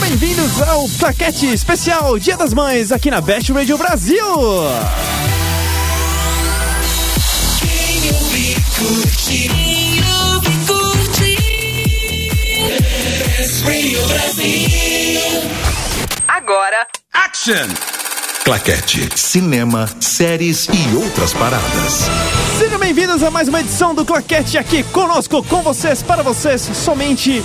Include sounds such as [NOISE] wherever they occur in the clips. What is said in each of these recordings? bem-vindos ao Taquete Especial Dia das Mães aqui na Best Radio Brasil. Quem ouve, curte. Quem ouve, curte. Best Radio Brasil. Agora, Action! Claquete, cinema, séries e outras paradas. Sejam bem-vindos a mais uma edição do Claquete aqui conosco, com vocês, para vocês, somente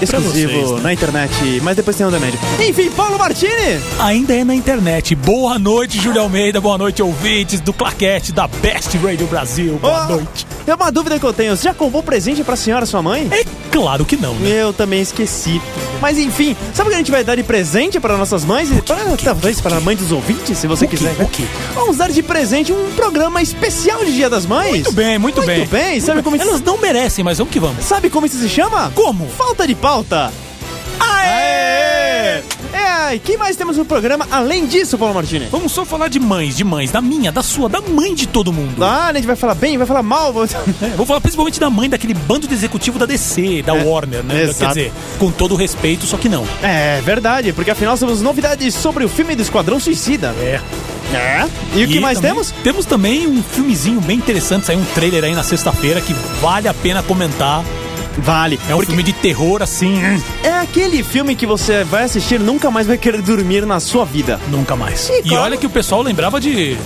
exclusivo vocês, né? na internet, mas depois tem onda média. Enfim, Paulo Martini. Ainda é na internet. Boa noite, Júlio Almeida. Boa noite, ouvintes do Claquete da Best Radio Brasil. Boa Ó, noite. É uma dúvida que eu tenho, você já comprou um presente pra senhora, sua mãe? É claro que não, né? Eu também esqueci. Mas enfim, sabe o que a gente vai dar de presente para nossas mães? E para- talvez para a mãe dos ouvintes, se você O quê? quiser. O quê? Vamos dar de presente um programa especial de Dia das Mães. Muito bem, muito, Muito bem. bem, sabe como isso- Elas não merecem, mas vamos que vamos. Sabe como isso se chama? Como? Ah, é? Falta de pauta. Aê! É, e que mais temos no programa além disso, Paulo Martini? Vamos só falar de mães, de mães, da minha, da sua, da mãe de todo mundo. Ah, a gente vai falar bem, vai falar mal. [LAUGHS] vai- É, vou falar principalmente da mãe daquele bando de executivo da DC, da É, Warner, né? exato. Quer dizer, com todo o respeito, só que não. É verdade, porque afinal temos novidades sobre o filme do Esquadrão Suicida. É. É. E o que mais também- temos? Temos também um filmezinho bem interessante, saiu um trailer aí na sexta-feira que vale a pena comentar. Vale. É um porque filme de terror assim, hum, É aquele filme que você vai assistir e nunca mais vai querer dormir na sua vida. nunca mais. E E, claro- olha que o pessoal lembrava de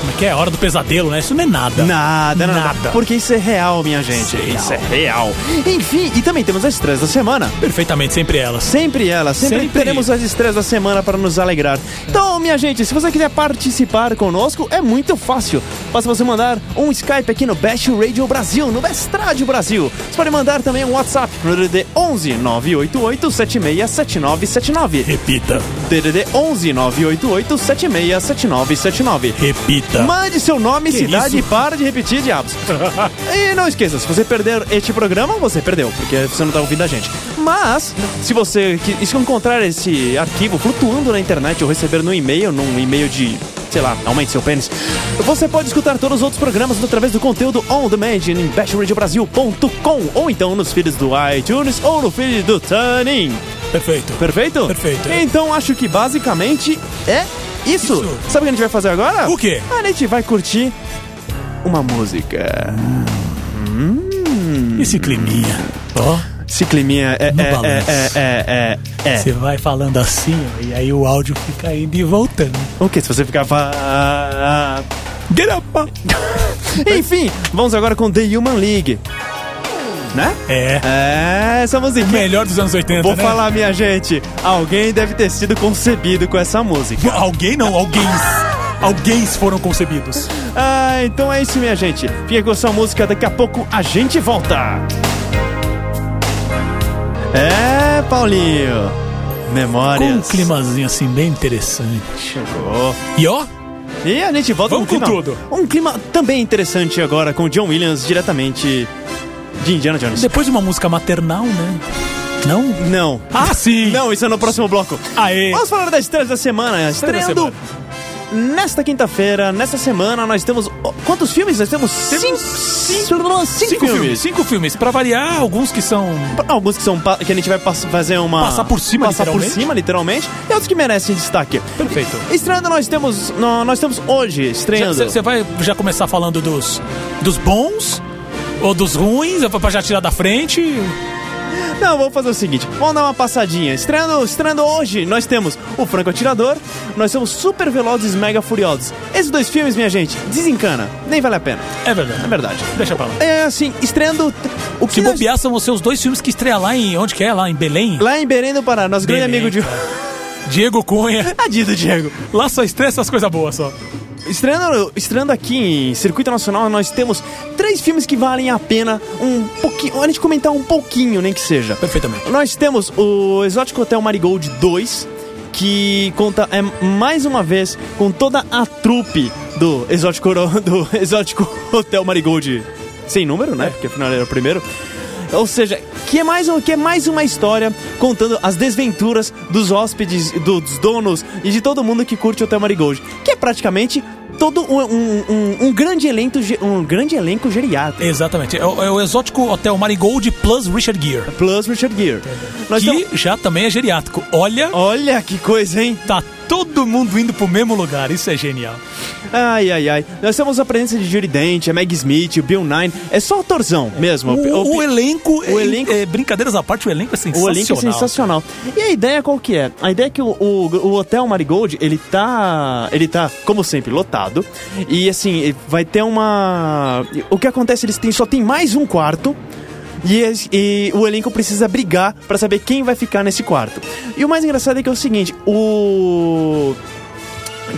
como é que é a hora do pesadelo, né? Isso não é nada. Nada, nada. Nada. Porque isso é real, minha gente. Isso é real. Enfim, e também temos as estrelas da semana. Perfeitamente, sempre elas. Sempre elas, sempre, Sempre. teremos as estrelas da semana para nos alegrar. Então, minha gente, se você quiser participar conosco, é muito fácil. Basta você mandar um Skype aqui no Best Radio Brasil, no Best Rádio Brasil. Você pode mandar também um WhatsApp no DDD 11 988 767979. Repita, DDD 11 988 767979. repita. Mande seu nome, Que cidade isso? e para de repetir, diabos. [LAUGHS] e não esqueça, se você perder este programa, você perdeu, porque você não tá ouvindo a gente. Mas, se você que- se encontrar esse arquivo flutuando na internet ou receber no e-mail, num e-mail de, sei lá, aumente seu pênis, você pode escutar todos os outros programas através do conteúdo on demand em bestradiobrasil.com ou então nos feeds do iTunes ou no feed do TuneIn. Perfeito. Perfeito? Perfeito. Então acho que basicamente é isso. Isso. Sabe o que a gente vai fazer agora? O quê? A gente vai curtir uma música. Hum. Esse climinha. Ó, Esse climinha é. No É, balanço. é, é, é, é, é. você vai falando assim, ó, e aí o áudio fica indo e voltando. O que se você ficar. fa- Get up! [LAUGHS] Enfim, vamos agora com The Human League. Né? É. É, essa O musiquinha. melhor dos anos 80, Vou né? falar, minha gente. Alguém deve ter sido concebido com essa música. Alguém não, alguém. Alguém foram concebidos. Ah, então é isso, minha gente. Fica com essa música, daqui a pouco a gente volta. É, Paulinho. Com um Memórias. climazinho assim bem interessante. Chegou. E ó, E a gente volta Vamos com um com clima, tudo. Um clima também interessante agora com John Williams diretamente de Indiana Jones. depois de uma música maternal, né? Não? Não. Ah, sim! Não, isso é no próximo bloco. Aê! Vamos falar das estrelas da semana. Estreia da Estreando nesta quinta-feira, nesta semana, nós temos. Quantos filmes? Nós temos, Temos cinco, cinco, Cinco filmes. filmes. Cinco filmes. Pra variar, alguns que são... Alguns que são pa- que a gente vai pass- fazer uma Passar por cima, passar por literalmente. cima, literalmente, e outros que merecem destaque. Perfeito. Estreando nós temos nó- nós temos hoje estreando. Você vai já começar falando dos, dos bons ou dos ruins, pra já tirar da frente? Não, vamos fazer o seguinte, vamos dar uma passadinha. Estreando, estreando hoje nós temos o Franco Atirador, nós temos Super Velozes e Mega Furiosos. Esses dois filmes, minha gente, desencana, nem vale a pena, É é verdade. verdade. Deixa pra lá. É assim, estreando o que Se nós- bobear, são os seus dois filmes que estreia lá em... Onde que é? Lá em Belém? lá em Belém do Pará, nosso grande Belém, amigo de [LAUGHS] [LAUGHS] Diego Cunha. Tadinho do Diego. Lá só estreia essas coisas boas, só. Estreando, estreando aqui em Circuito Nacional, nós temos três filmes que valem a pena um pouquinho. A gente comentar um pouquinho, nem que seja. Perfeitamente. Nós temos o Exótico Hotel Marigold 2, que conta é, mais uma vez com toda a trupe do Exótico, Oro- [LAUGHS] do Exótico Hotel Marigold sem número, né? Porque afinal era o primeiro. Ou seja, que é, mais, um- que é mais uma história contando as desventuras dos hóspedes, do- dos donos e de todo mundo que curte o Hotel Marigold. Que é praticamente todo um, um- um- um grande elenco, ge- um grande elenco geriátrico. Exatamente. É o, é o exótico hotel Marigold plus Richard Gere. Plus Richard Gere. Nós que tamo- já também é geriátrico. Olha, Olha que coisa, hein? tá todo mundo indo pro mesmo lugar. Isso é genial. Ai, ai, ai. Nós temos a presença de Judy Dent, a Meg Smith, o Bill Nine. É só autorzão mesmo. O, O- o elenco, o elenco- é, brincadeiras à parte, o elenco é sensacional. O elenco é sensacional. E a ideia qual que é? A ideia é que o, o, o Hotel Marigold, ele tá. Ele tá, como sempre, lotado. E assim, vai ter uma. O que acontece? Eles têm, só tem mais um quarto. E, es- e o elenco precisa brigar pra saber quem vai ficar nesse quarto. E o mais engraçado é que é o seguinte, o.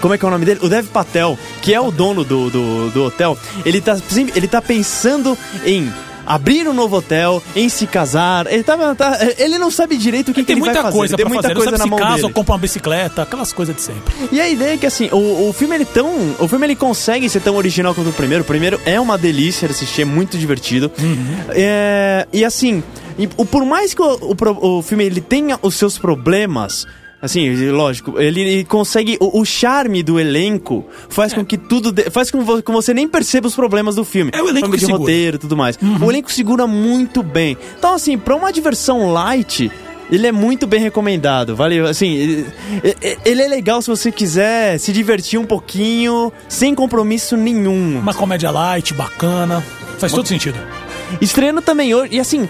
Como é que é o nome dele? O Dev Patel, que é o dono do, do, do hotel, ele tá, sempre- ele tá pensando em abrir um novo hotel, em se casar. Ele, tá, tá- ele não sabe direito o que, que Tem ele vai muita fazer. coisa tem pra muita fazer. coisa não sabe na se mão casa dele. ou compra uma bicicleta, aquelas coisas de sempre. E a ideia é que assim, o, o filme ele tão. O filme ele consegue ser tão original quanto o primeiro. O primeiro é uma delícia de assistir, é muito divertido. Uhum. É, e assim, e o- por mais que o, o pro- o filme ele tenha os seus problemas. Assim, lógico, ele, ele consegue. O, o charme do elenco faz com que tudo. dê- faz com vo- com você nem perceba os problemas do filme. um É o elenco Problema que de segura. roteiro e tudo mais. O elenco segura muito bem. Então, assim, pra uma diversão light, ele é muito bem recomendado. Vale, assim, e- e- ele é legal se você quiser se divertir um pouquinho, sem compromisso nenhum. Uma comédia light, bacana. Faz todo sentido. Estreando também hoje, e assim.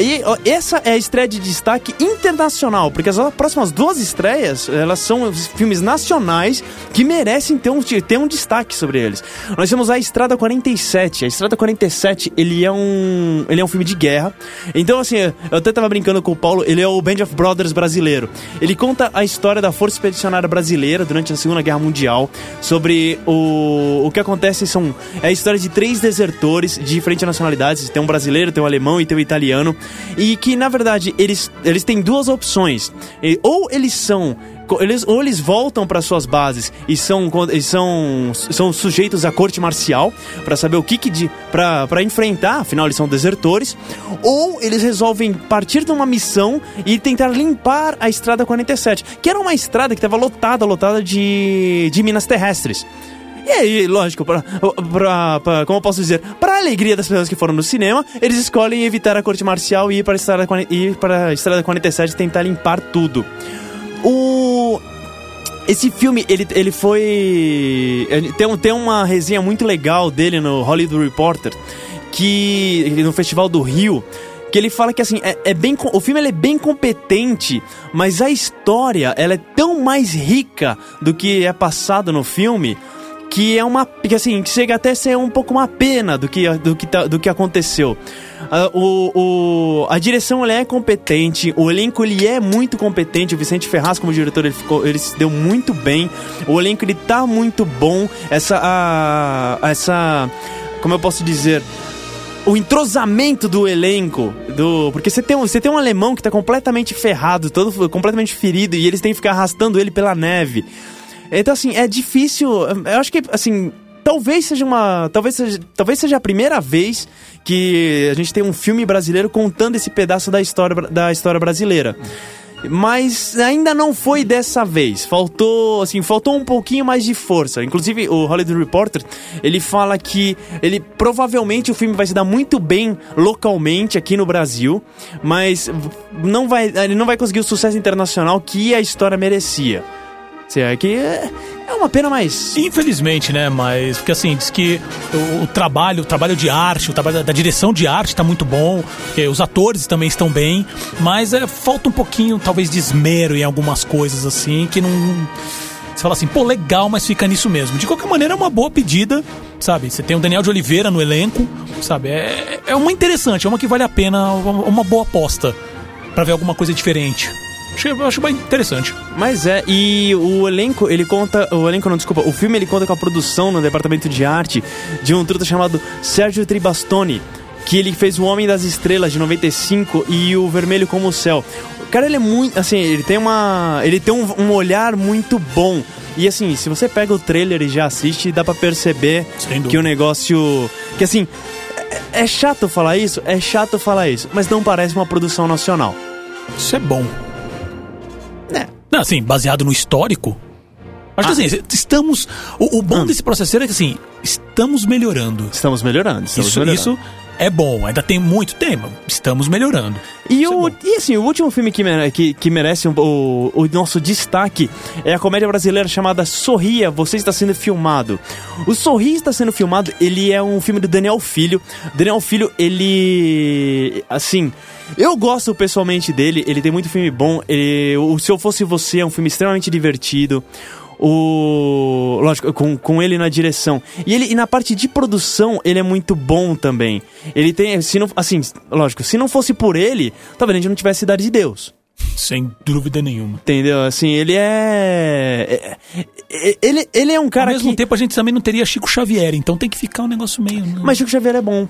e, ó, essa é a estreia de destaque internacional, porque as próximas duas estreias, elas são os filmes nacionais que merecem ter um, ter um destaque sobre eles. Nós temos a Estrada 47. A Estrada 47, ele é um, ele é um filme de guerra. Então, assim, eu até tava brincando com o Paulo, ele é o Band of Brothers brasileiro. Ele conta a história da Força Expedicionária Brasileira durante a Segunda Guerra Mundial, sobre o, o que acontece são é a história de três desertores de diferentes nacionalidades, tem um brasileiro, tem um alemão e tem um italiano, e que na verdade eles, eles têm duas opções. E- Ou eles são co- eles, ou eles voltam para suas bases e são con- e são são sujeitos à corte marcial para saber o que que de para para enfrentar, afinal eles são desertores, ou eles resolvem partir de uma missão e tentar limpar a estrada 47, que era uma estrada que estava lotada, lotada de de minas terrestres. E aí, lógico, pra, pra, pra- como eu posso dizer, pra alegria das pessoas que foram no cinema, eles escolhem evitar a corte marcial e ir pra Estrada, 40 ir pra Estrada 47 tentar limpar tudo. O. Esse filme, ele, ele foi. ele Tem, um- tem uma resenha muito legal dele no Hollywood Reporter, que. no Festival do Rio. Que ele fala que assim, é, é bem, co- o filme ele é bem competente, mas a história ela é tão mais rica do que é passado no filme que é uma que assim que chega até a ser um pouco uma pena do que do que, tá- do que aconteceu Ah, o, o- a direção ela é competente o elenco ele é muito competente o Vicente Ferraz como diretor ele ficou ele se deu muito bem o elenco ele tá muito bom essa a- essa como eu posso dizer o entrosamento do elenco do porque você tem um, você tem um alemão que tá completamente ferrado todo completamente ferido e eles têm que ficar arrastando ele pela neve então assim é difícil eu acho que assim talvez seja uma talvez seja, talvez seja a primeira vez que a gente tem um filme brasileiro contando esse pedaço da história bra- da história brasileira mas ainda não foi dessa vez. Faltou, assim, faltou um pouquinho mais de força. Inclusive, o Hollywood Reporter, ele fala que ele provavelmente o filme vai se dar muito bem localmente aqui no Brasil, mas não vai, ele não vai conseguir o sucesso internacional que a história merecia. Assim, é que é, é uma pena, mas Infelizmente, né? Mas, porque assim, diz que o, o trabalho, o trabalho de arte, o trabalho da, da direção de arte tá muito bom, eh, os atores também estão bem, mas eh, falta um pouquinho, talvez, de esmero em algumas coisas, assim, que não. Você fala assim, pô, legal, mas fica nisso mesmo. De qualquer maneira, é uma boa pedida, sabe? Você tem o Daniel de Oliveira no elenco, sabe? É, é uma interessante, é uma que vale a pena, uma, uma boa aposta pra ver alguma coisa diferente. Acho, acho bem interessante. Mas é, e o elenco, ele conta. O elenco não, desculpa. O filme ele conta com a produção no departamento de arte de um truta chamado Sérgio Tribastoni, que ele fez O Homem das Estrelas de 95 e O Vermelho como o Céu. O cara, ele é muito. Assim, ele tem uma. Ele tem um, um olhar muito bom. E assim, se você pega o trailer e já assiste, dá pra perceber Sem dúvida. que o negócio. Que assim. é- É chato falar isso? É chato falar isso, mas não parece uma produção nacional. Isso é bom. É. Não, assim, baseado no histórico, Acho Ah. que assim, estamos. O, o bom desse processo é que assim, estamos melhorando. Estamos melhorando. Estamos Isso, melhorando. isso é bom, ainda tem muito tempo. Estamos melhorando. E, Isso é o, bom. e assim, o último filme que, mere- que, que merece um- o, o nosso destaque é a comédia brasileira chamada Sorria, Você Está Sendo Filmado. O Sorria Está Sendo Filmado, ele é um filme do Daniel Filho. Daniel Filho, ele... Assim, eu gosto pessoalmente dele, ele tem muito filme bom. ele- o Se Eu Fosse Você é um filme extremamente divertido. O. Lógico, com, com ele na direção. E ele e na parte de produção, ele é muito bom também. Ele tem. Se não, assim, lógico, se não fosse por ele, talvez a gente não tivesse Cidade de Deus. Sem dúvida nenhuma. Entendeu? Assim, ele é. é- é- Ele, ele é um cara Ao mesmo que. tempo, a gente também não teria Chico Xavier, então tem que ficar um negócio meio. Mas Chico Xavier é bom.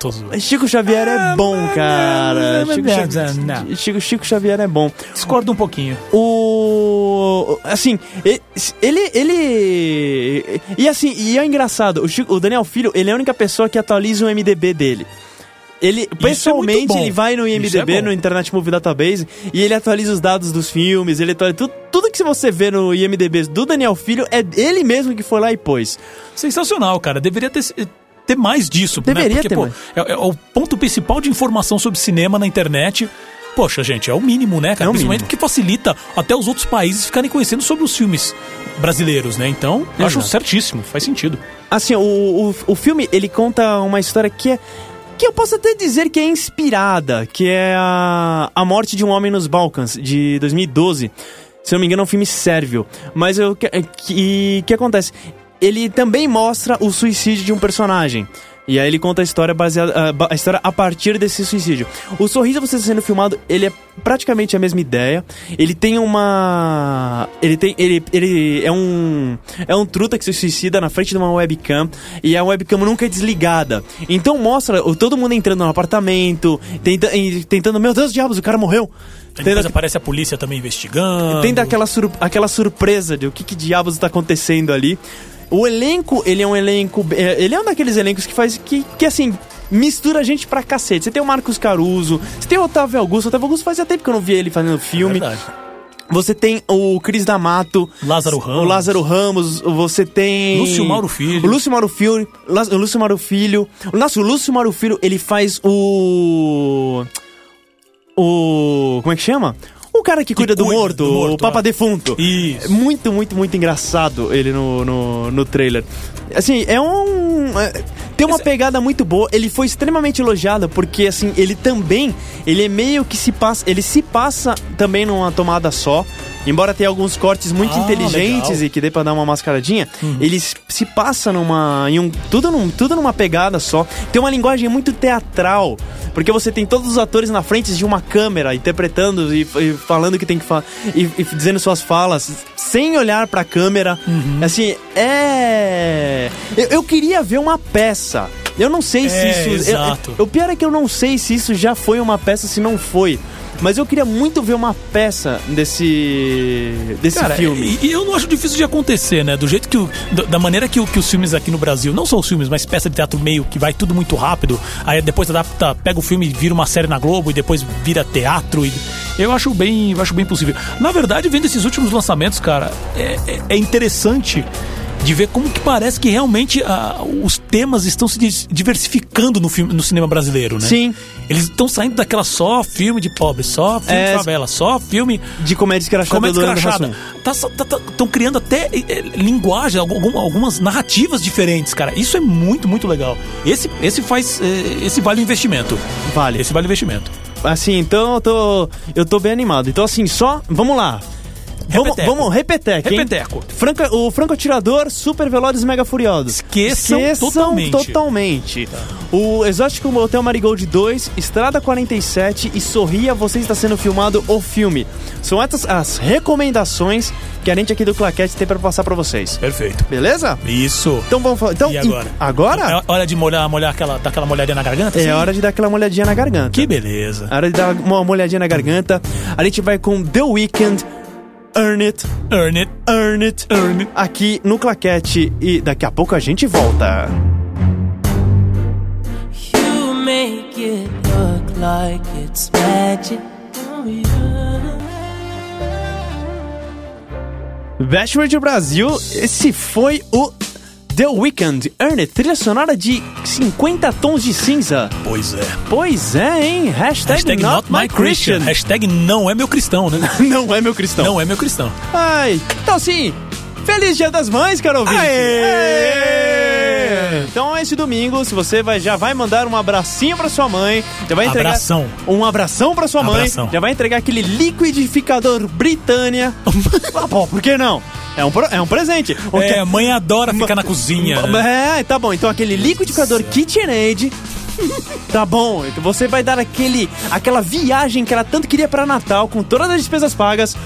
Tô zoando. Chico Xavier Ah, é bom, cara. mas- Chico, mas- Xa- é não. Chico, Chico Xavier é bom. Discordo um pouquinho. O. Assim, e- ele. ele e assim, e é engraçado, o, Chico- o Daniel Filho, ele é a única pessoa que atualiza o MDB dele. Ele, pessoalmente, é bom. ele vai no Isso IMDB, é bom. no Internet Movie Database, e ele atualiza os dados dos filmes, ele atualiza tudo, tudo que você vê no IMDB do Daniel Filho, é ele mesmo que foi lá e pôs. Sensacional, cara. Deveria ter, ter mais disso. Deveria né? Porque, ter pô, mais. É, é o ponto principal de informação sobre cinema na internet. Poxa, gente, é o mínimo, né, cara? É o Principalmente mínimo. porque facilita até os outros países ficarem conhecendo sobre os filmes brasileiros, né? Então, eu acho Exato. certíssimo, faz sentido. Assim, o, o, o filme, ele conta uma história que é. Que eu posso até dizer que é inspirada, que é a, a Morte de um Homem nos Balcãs, de 2012. Se eu não me engano, é um filme sérvio. Mas o que, é que, que acontece? Ele também mostra o suicídio de um personagem. E aí ele conta a história baseada a, ba- a história a partir desse suicídio. O sorriso você sendo filmado, ele é praticamente a mesma ideia. Ele tem uma ele tem ele, ele é um é um truta que se suicida na frente de uma webcam e a webcam nunca é desligada. Então mostra o- todo mundo entrando no apartamento, tenta, e tentando, meu Deus, diabos, o cara morreu. Aí Tenta- Depois aparece a polícia também investigando. É tem daquela sur- aquela surpresa de o que, que diabos tá acontecendo ali. O elenco, ele é um elenco. é, Ele é um daqueles elencos que faz. que, que assim. Mistura gente pra cacete. Você tem o Marcos Caruso, você tem o Otávio Augusto. O Otávio Augusto fazia tempo que eu não via ele fazendo filme. É Verdade. você tem o Cris D'Amato. Lázaro O Ramos. Lázaro Ramos. Você tem. Lúcio Mauro Filho. O Lúcio Mauro Filho. Lá- O Lúcio Mauro Filho. Nossa, o Lúcio Mauro Filho, ele faz o. O. Como é que chama? O cara que cuida, do, cuida morto, do morto, o Papa é. Defunto. Isso. É Muito, muito, muito engraçado ele no, no, no trailer. Assim, é um. é- tem uma pegada muito boa. Ele foi extremamente elogiado porque, assim, ele também. Ele é meio que se passa. Ele se passa também numa tomada só. Embora tenha alguns cortes muito Ah, inteligentes legal. e que dê pra dar uma mascaradinha, Uhum. ele se- se passa numa. Em um, tudo, num, tudo numa pegada só. Tem uma linguagem muito teatral. Porque você tem todos os atores na frente de uma câmera, interpretando e, e falando o que tem que falar. E, e dizendo suas falas, sem olhar pra câmera. Uhum. Assim, é. Eu, eu queria ver uma peça. Eu não sei se É, isso. eu- exato. eu- o pior é que eu não sei se isso já foi uma peça, se não foi. Mas eu queria muito ver uma peça desse. desse Cara, filme. E, e eu não acho difícil de acontecer, né? Do jeito que o, da- da maneira que, o- que os filmes aqui no Brasil, não só os filmes, mas peça de teatro meio que vai tudo muito rápido, aí depois adapta, pega o filme e vira uma série na Globo e depois vira teatro. E, eu acho bem, eu acho bem possível. Na verdade, vendo esses últimos lançamentos, cara, é, é- é interessante de ver como que parece que realmente ah, os temas estão se dis- diversificando no filme, no cinema brasileiro, né? Sim. Eles estão saindo daquela só filme de pobre, só filme É, de favela, só filme de comédia escrachada Comédia do Leandro escrachada. Hassum. Estão tá, criando até eh, eh, linguagem, algu- algum- algumas narrativas diferentes, cara. Isso é muito, muito legal. Esse, esse faz. eh, Esse vale o investimento. Vale. Esse vale o investimento. Assim, então eu tô, eu tô bem animado. Então, assim, só. Vamos lá. Vamos, Repeteco. vamos repeteco, hein? Repeteco. Franca- o Franco Atirador, Super Velozes e Mega Furiosos. Esqueçam totalmente. Tá. totalmente. O Exótico Motel Marigold 2, Estrada 47 e Sorria, você está sendo filmado o filme. São essas as recomendações que a gente aqui do Claquete tem pra passar pra vocês. Perfeito. Beleza? Isso. Então vamos falar. Então, E agora? Agora? É hora de molhar, molhar aquela, dar aquela molhadinha na garganta? É assim? hora de dar aquela molhadinha na garganta. Que beleza. A hora de dar uma uma olhadinha na garganta. A gente vai com The Weeknd, Earn It, Earn it. Earn It, Earn it. aqui no Claquete. E daqui a pouco a gente volta. You make it look like it's magic. Oh, yeah. Bachelor Brasil, esse foi o The Weeknd Earned, trilha sonora de 50 tons de cinza. Pois é. Pois é, hein? Hashtag, Hashtag not, my Christian. Hashtag não é meu cristão, né? Não é meu cristão. Não é meu cristão. Ai, então assim, feliz Dia das Mães, caro ouvinte. Aê! Então esse domingo, se você vai, já vai mandar um abracinho pra sua mãe, já vai entregar Abração. um abração pra sua mãe, Abração. já vai entregar aquele liquidificador [LAUGHS] Britânia. ah, pô, por que não? É um, pro- é um presente. O que- É, mãe adora ficar na cozinha. né? é, tá bom. Então aquele liquidificador KitchenAid. Tá bom, então você vai dar aquele, aquela viagem que ela tanto queria pra Natal, com todas as despesas pagas,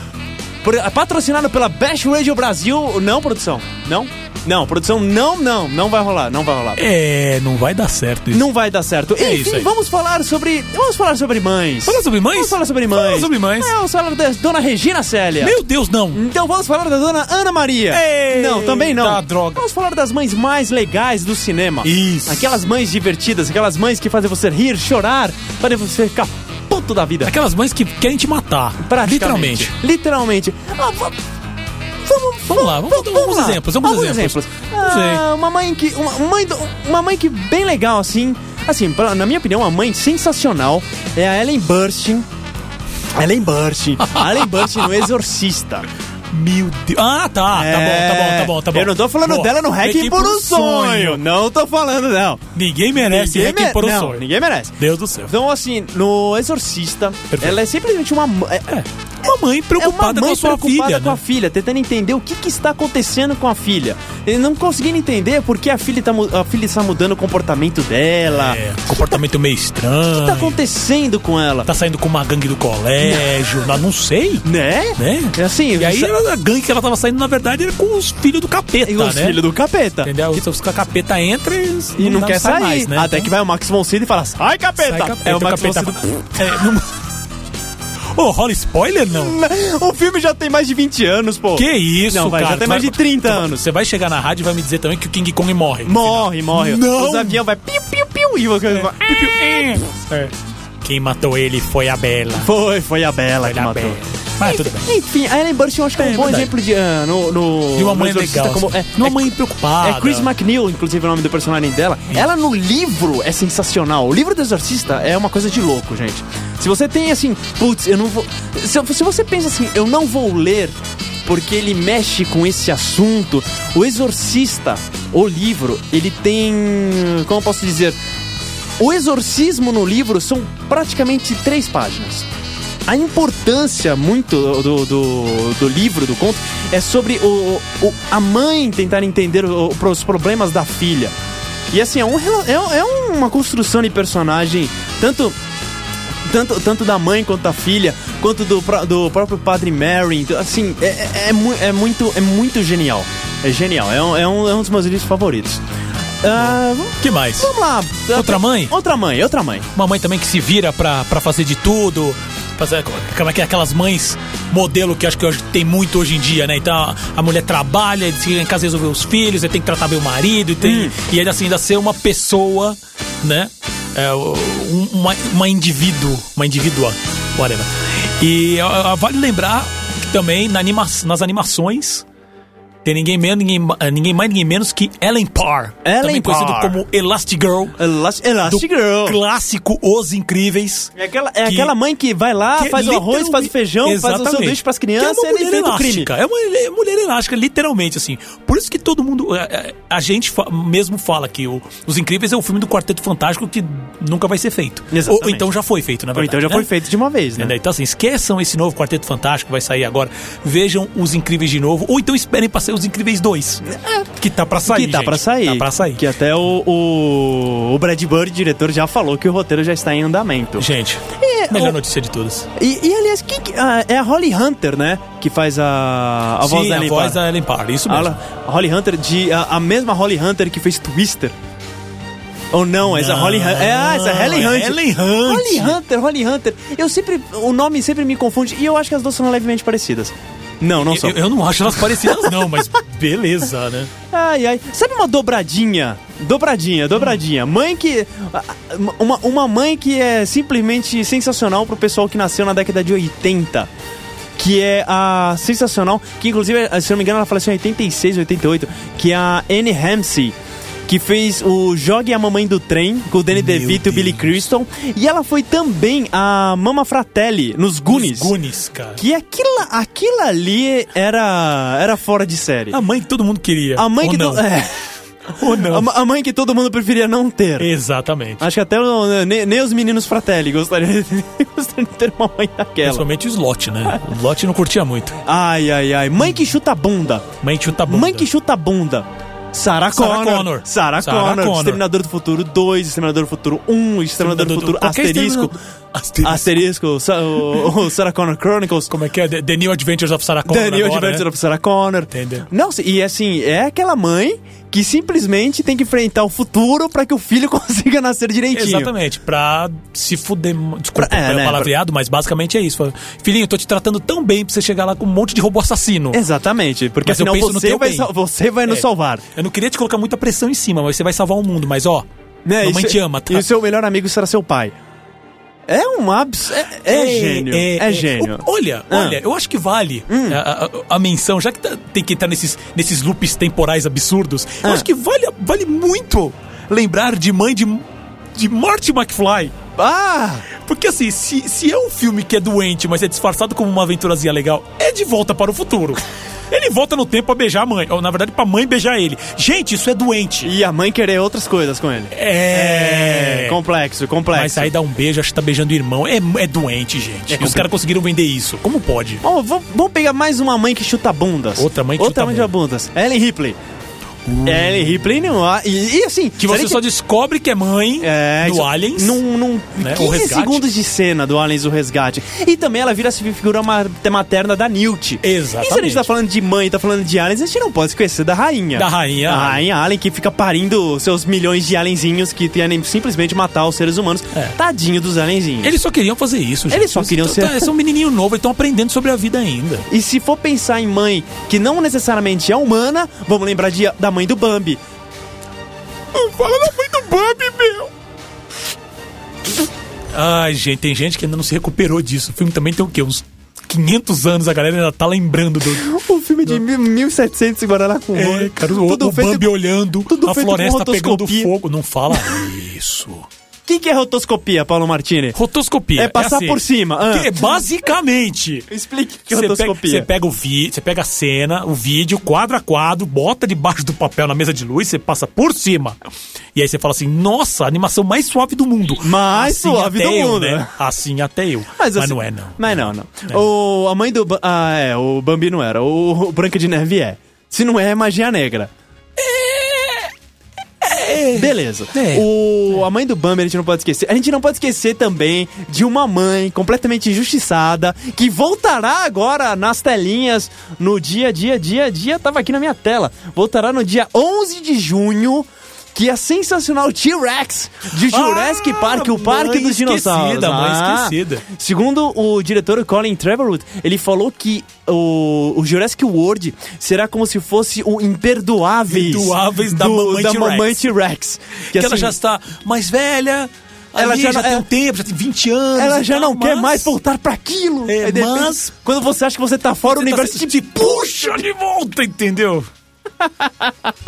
por- patrocinado pela Best Radio Brasil. Não, produção, não, não, produção, não, não, não vai rolar, não vai rolar. É, não vai dar certo isso. Não vai dar certo. É Enfim, isso aí. vamos falar sobre, vamos falar sobre mães. Falar sobre mães? Vamos falar sobre mães. Falar sobre mães. É o salário da Dona Regina Célia. Meu Deus, não. Então vamos falar da dona Ana Maria. Ei, não, também não. tá, droga. Vamos falar das mães mais legais do cinema. Isso. Aquelas mães divertidas, aquelas mães que fazem você rir, chorar, fazem você ficar puto da vida. Aquelas mães que querem te matar. Praticamente. Literalmente. Literalmente. Ah, va- Vamos, Vamos lá, vamos dar alguns exemplos, alguns Alguns exemplos. Não Ah, uma mãe que. Uma mãe, do- uma mãe que bem legal, assim. Assim, pra- na minha opinião, uma mãe sensacional é a Ellen Burstyn. Ellen [LAUGHS] Burstyn. A Ellen Burstyn no Exorcista. Meu Deus. Ah, tá. É, Tá bom, tá bom, tá bom, tá bom. Eu não tô falando Boa. dela no Hacking por um sonho. Não tô falando, não. Ninguém merece Hacking mere- por um não, sonho. Ninguém merece. Deus do céu. Então, assim, no Exorcista, Perfeito. ela é simplesmente uma. ma- É, Uma mãe é uma preocupada mãe com a sua preocupada filha, com a né? filha, tentando entender o que, que está acontecendo com a filha. Ele não conseguindo entender por que a filha, tá, mu- a filha está mudando o comportamento dela. É, comportamento meio O que está estranho. acontecendo tá com ela? Tá saindo com uma gangue do colégio. Não, não sei. Né? Né? É assim, E aí sa- ela- a gangue que ela tava saindo, na verdade, era com os filhos do capeta, e é os né? filhos do capeta. Entendeu? Os, os capeta entra e, eles E não, quer sai sair. mais, né? Até que vai o Max von Sydow e fala: Sai, capeta! Sai, capeta, é o o Max capeta. von Sydow. É, [LAUGHS] não... Ô, rola spoiler, não? O filme já tem mais de 20 anos, pô. Que isso, Não, vai, cara. já tem Tu mais vai- de 30 tu vai- anos. Você vai chegar na rádio e vai me dizer também que o King Kong morre. Morre, morre. Não. Os aviões vai piu, piu, piu. E o cara vai- Piu, piu, é. É. Quem matou ele foi a Bela. Foi, foi a Bela que a matou. Bela. Mas Ah, tudo bem. Enfim, a Ellen Burstyn eu acho que é um É bom verdade. exemplo de... ah, no, no, De uma mãe no Exorcista legal. Como, é, assim. De uma é- mãe preocupada. É Chris McNeil, inclusive, é o nome do personagem dela. Ela no livro é sensacional. O livro do Exorcista é uma coisa de louco, gente. Se você tem assim, putz, eu não vou. Se, se você pensa assim, eu não vou ler porque ele mexe com esse assunto, o Exorcista, o livro, ele tem. Como eu posso dizer? O exorcismo no livro são praticamente três páginas. A importância muito do, do, do livro, do conto, é sobre o, o- a mãe tentar entender o- o- os problemas da filha. E assim, é, um rela- é um- é uma construção de personagem, tanto tanto, tanto da mãe quanto da filha, quanto do, pró- do próprio padre Mary. Então, assim, é, é- é mu- é muito, é muito genial. É genial, é um, é um, é um dos meus livros favoritos. Ah, vamos- Que mais? vamos lá. Outra mãe? Outra mãe, outra mãe. Uma mãe também que se vira pra, pra fazer de tudo. Fazer, como é que é? Aquelas mães modelo que acho que hoje tem muito hoje em dia, né? Então a, a mulher trabalha, ele fica em casa resolver os filhos, ele tem que tratar bem o marido, e tem, Hum. e ainda assim, ainda ser uma pessoa, né? É, um- uma, uma indivíduo, uma indivídua, whatever. E ah, ah, vale lembrar que também na anima, nas animações tem ninguém menos, ninguém, ma- ninguém mais, ninguém menos que Ellen Parr. Ellen também conhecido Parr. como Elastigirl Elas- do Elastic Girl. clássico Os Incríveis. Ah, É aquela, é Que- aquela mãe que vai lá, que faz o arroz, literalmente- faz o feijão, faz o Exatamente. sanduíche pras crianças Que é uma e ele mulher inventa o crime. elástica. É uma ele- mulher elástica, literalmente, assim. Por isso que todo mundo. é, é, A, gente fa- mesmo fala que o- Os Incríveis é o filme do Quarteto Fantástico que nunca vai ser feito. Ou, Exatamente. ou então já foi feito, na Ou verdade. então já né? foi feito de uma vez, né? Entendeu? Então, assim, esqueçam esse novo Quarteto Fantástico que vai sair agora. Vejam Os Incríveis de novo. Ou então esperem pra ser Os Incríveis 2. Que tá pra sair. que tá gente. pra sair. Tá pra sair. Que é- até o, o, o Brad Bird, diretor, já falou que o roteiro já está em andamento. Gente, E- melhor É, o- notícia de todas. E, e, aliás, quem que- ah, é a Holly Hunter, né? Que faz a, a voz Sim, da a Ellen voz Parr. da Ellen Parr, isso mesmo. A, a Holly Hunter, de, a, a mesma Holly Hunter que fez Twister. Ou não, essa Não, Holly Hunter. É, ah, essa é Helen é Hunt. Helen Hunt. Holly Hunter, Holly Hunter. Eu sempre. O nome sempre me confunde e eu acho que as duas são levemente parecidas. Não, não são. Eu, eu não acho elas parecidas, não, mas beleza, né? Ai, ai. Sabe uma dobradinha? Dobradinha, dobradinha. Mãe que. a- a- Uma, uma mãe que é simplesmente sensacional pro pessoal que nasceu na década de 80. que é a sensacional, que inclusive, se não me engano, ela faleceu em 86, 88, que é a Anne Ramsey. Que fez o Jogue a Mamãe do Trem com o Danny DeVito e o Billy Deus. Crystal. E ela foi também a Mama Fratelli nos Goonies. Os Goonies, cara. Que aquilo, aquilo ali era, era fora de série. A mãe que todo mundo queria. A mãe Ou que não. to- é. [LAUGHS] Ou não. A ma- a mãe que todo mundo preferia não ter. Exatamente. Acho que até o- né, ne- nem os meninos fratelli gostariam de, gostariam de ter [LAUGHS] uma mãe daquela. Principalmente o Slot, né? O Slot não curtia muito. Ai, ai, ai. Mãe que chuta bunda. Mãe que chuta a bunda. Mãe que chuta bunda. Sarah Sarah Connor. Connor. Sarah Sarah Connor. Connor. Exterminador do Futuro 2, Exterminador do Futuro 1, Exterminador do Futuro Qualquer Asterisco. exterminador- Asterisco. Asterisco, sa- o, o Sarah Connor Chronicles. Como é que é? The The New Adventures of Sarah Connor. Daniel agora, Adventure né? of Sarah Connor. Entendeu. Não, se- e assim, é aquela mãe que simplesmente tem que enfrentar o futuro pra que o filho [LAUGHS] consiga nascer direitinho. Exatamente, pra se fuder. Desculpa Pra- é, pelo né, palavreado, mas basicamente é isso. Fala, Filhinho, eu tô te tratando tão bem pra você chegar lá com um monte de robô assassino. Exatamente, porque Mas eu afinal penso no você teu vai, bem. sal- você vai nos É. salvar. Eu não queria te colocar muita pressão em cima, mas você vai salvar o mundo. Mas ó, Né? mamãe e te ama, tá? E o seu melhor amigo será seu pai. É um abs... É, é gênio. É, gênio. O- olha, Ah. Hum. olha, eu acho que vale a, a- a menção, já que tá- tem que entrar nesses, nesses loops temporais absurdos, eu Ah. acho que vale, vale muito lembrar de mãe de, de Marty McFly. Ah! Porque assim, se, se é um filme que é doente, mas é disfarçado como uma aventurazinha legal, é de volta para [LAUGHS] o futuro. Ele volta no tempo pra beijar a mãe. Ou, na verdade, pra mãe beijar ele. Gente, isso é doente. E a mãe querer outras coisas com ele. É. Complexo, complexo. Mas aí dá um beijo, acho que tá beijando o irmão. É, é doente, gente. e os complicado. caras conseguiram vender isso. Como pode? Ó, vamos, vamos pegar mais uma mãe que chuta bundas. Outra mãe que Outra chuta Hum. mãe de bundas. Ellen Ripley. Ellen Ripley não há. E, e assim. Que você sabe só descobre que é mãe É, do isso- Aliens. Num, num Né? O 15 resgate. segundos de cena do Aliens o Resgate. E também ela vira essa figura ma- materna da Newt. Exatamente. E se a gente tá falando de mãe, tá falando de aliens, a gente não pode esquecer da rainha. Da rainha. A rainha Alien que fica parindo seus milhões de alienzinhos que querem simplesmente matar os seres humanos. É. Tadinho dos alienzinhos. Eles só queriam fazer isso, gente. Eles só queriam Tá- ser- tá- São um menininho novo, eles estão aprendendo sobre a vida ainda. E se for pensar em mãe que não necessariamente é humana, vamos lembrar de- da mãe do Bambi. Não fala da mãe do Bambi, meu! Ai, gente, tem gente que ainda não se recuperou disso. O filme também tem o quê? Uns 500 anos, a galera ainda tá lembrando do... [LAUGHS] O Um filme de mil- 1700 e Guaranacuã. É, cara, o, Tudo o feito- Bambi olhando, tudo a feito com floresta pegando rotoscopia. fogo. Não fala isso. O que, que é rotoscopia, Paulo Martini? [LAUGHS] Rotoscopia. É passar assim, por cima, ah. que é basicamente... Explique o que é Você pega, você rotoscopia. pega o vídeo, você pega a cena, o vídeo, quadro a quadro, bota debaixo do papel na mesa de luz, você passa por cima. E aí você fala assim: nossa, a animação mais suave do mundo. Mais suave até do eu, mundo, né? né? Assim até eu. Mas, assim- não é, não. Mas não, não. O, a mãe do. Ba- Ah, é, o Bambi não era. O, o Branca de Neve é. Se não é, é magia negra. Beleza. É. O, a mãe do Bambi a gente não pode esquecer. A gente não pode esquecer também de uma mãe completamente injustiçada que voltará agora nas telinhas no dia, dia, dia, dia. Tava aqui na minha tela. Voltará no dia 11 de junho. Que a sensacional T-Rex de Jurassic Ah, Park, o Parque mãe dos Dinossauros. esquecida, mãe Ah, esquecida. Segundo o diretor Colin Trevorwood, ele falou que o, o Jurassic World será como se fosse o Imperdoáveis, Imperdoáveis da Mamãe da T-Rex. mamãe T-Rex. Porque Que ela já está mais velha, assim, Ela ela já já, não- tem um ela- tempo, já tem 20 anos. ela e já tal, não quer mas tá mais voltar pra aquilo. É, Aí, de repente, mas- Quando você acha que você tá fora, Você o universo tá- te, te puxa. Puxa de volta, [LAUGHS] entendeu?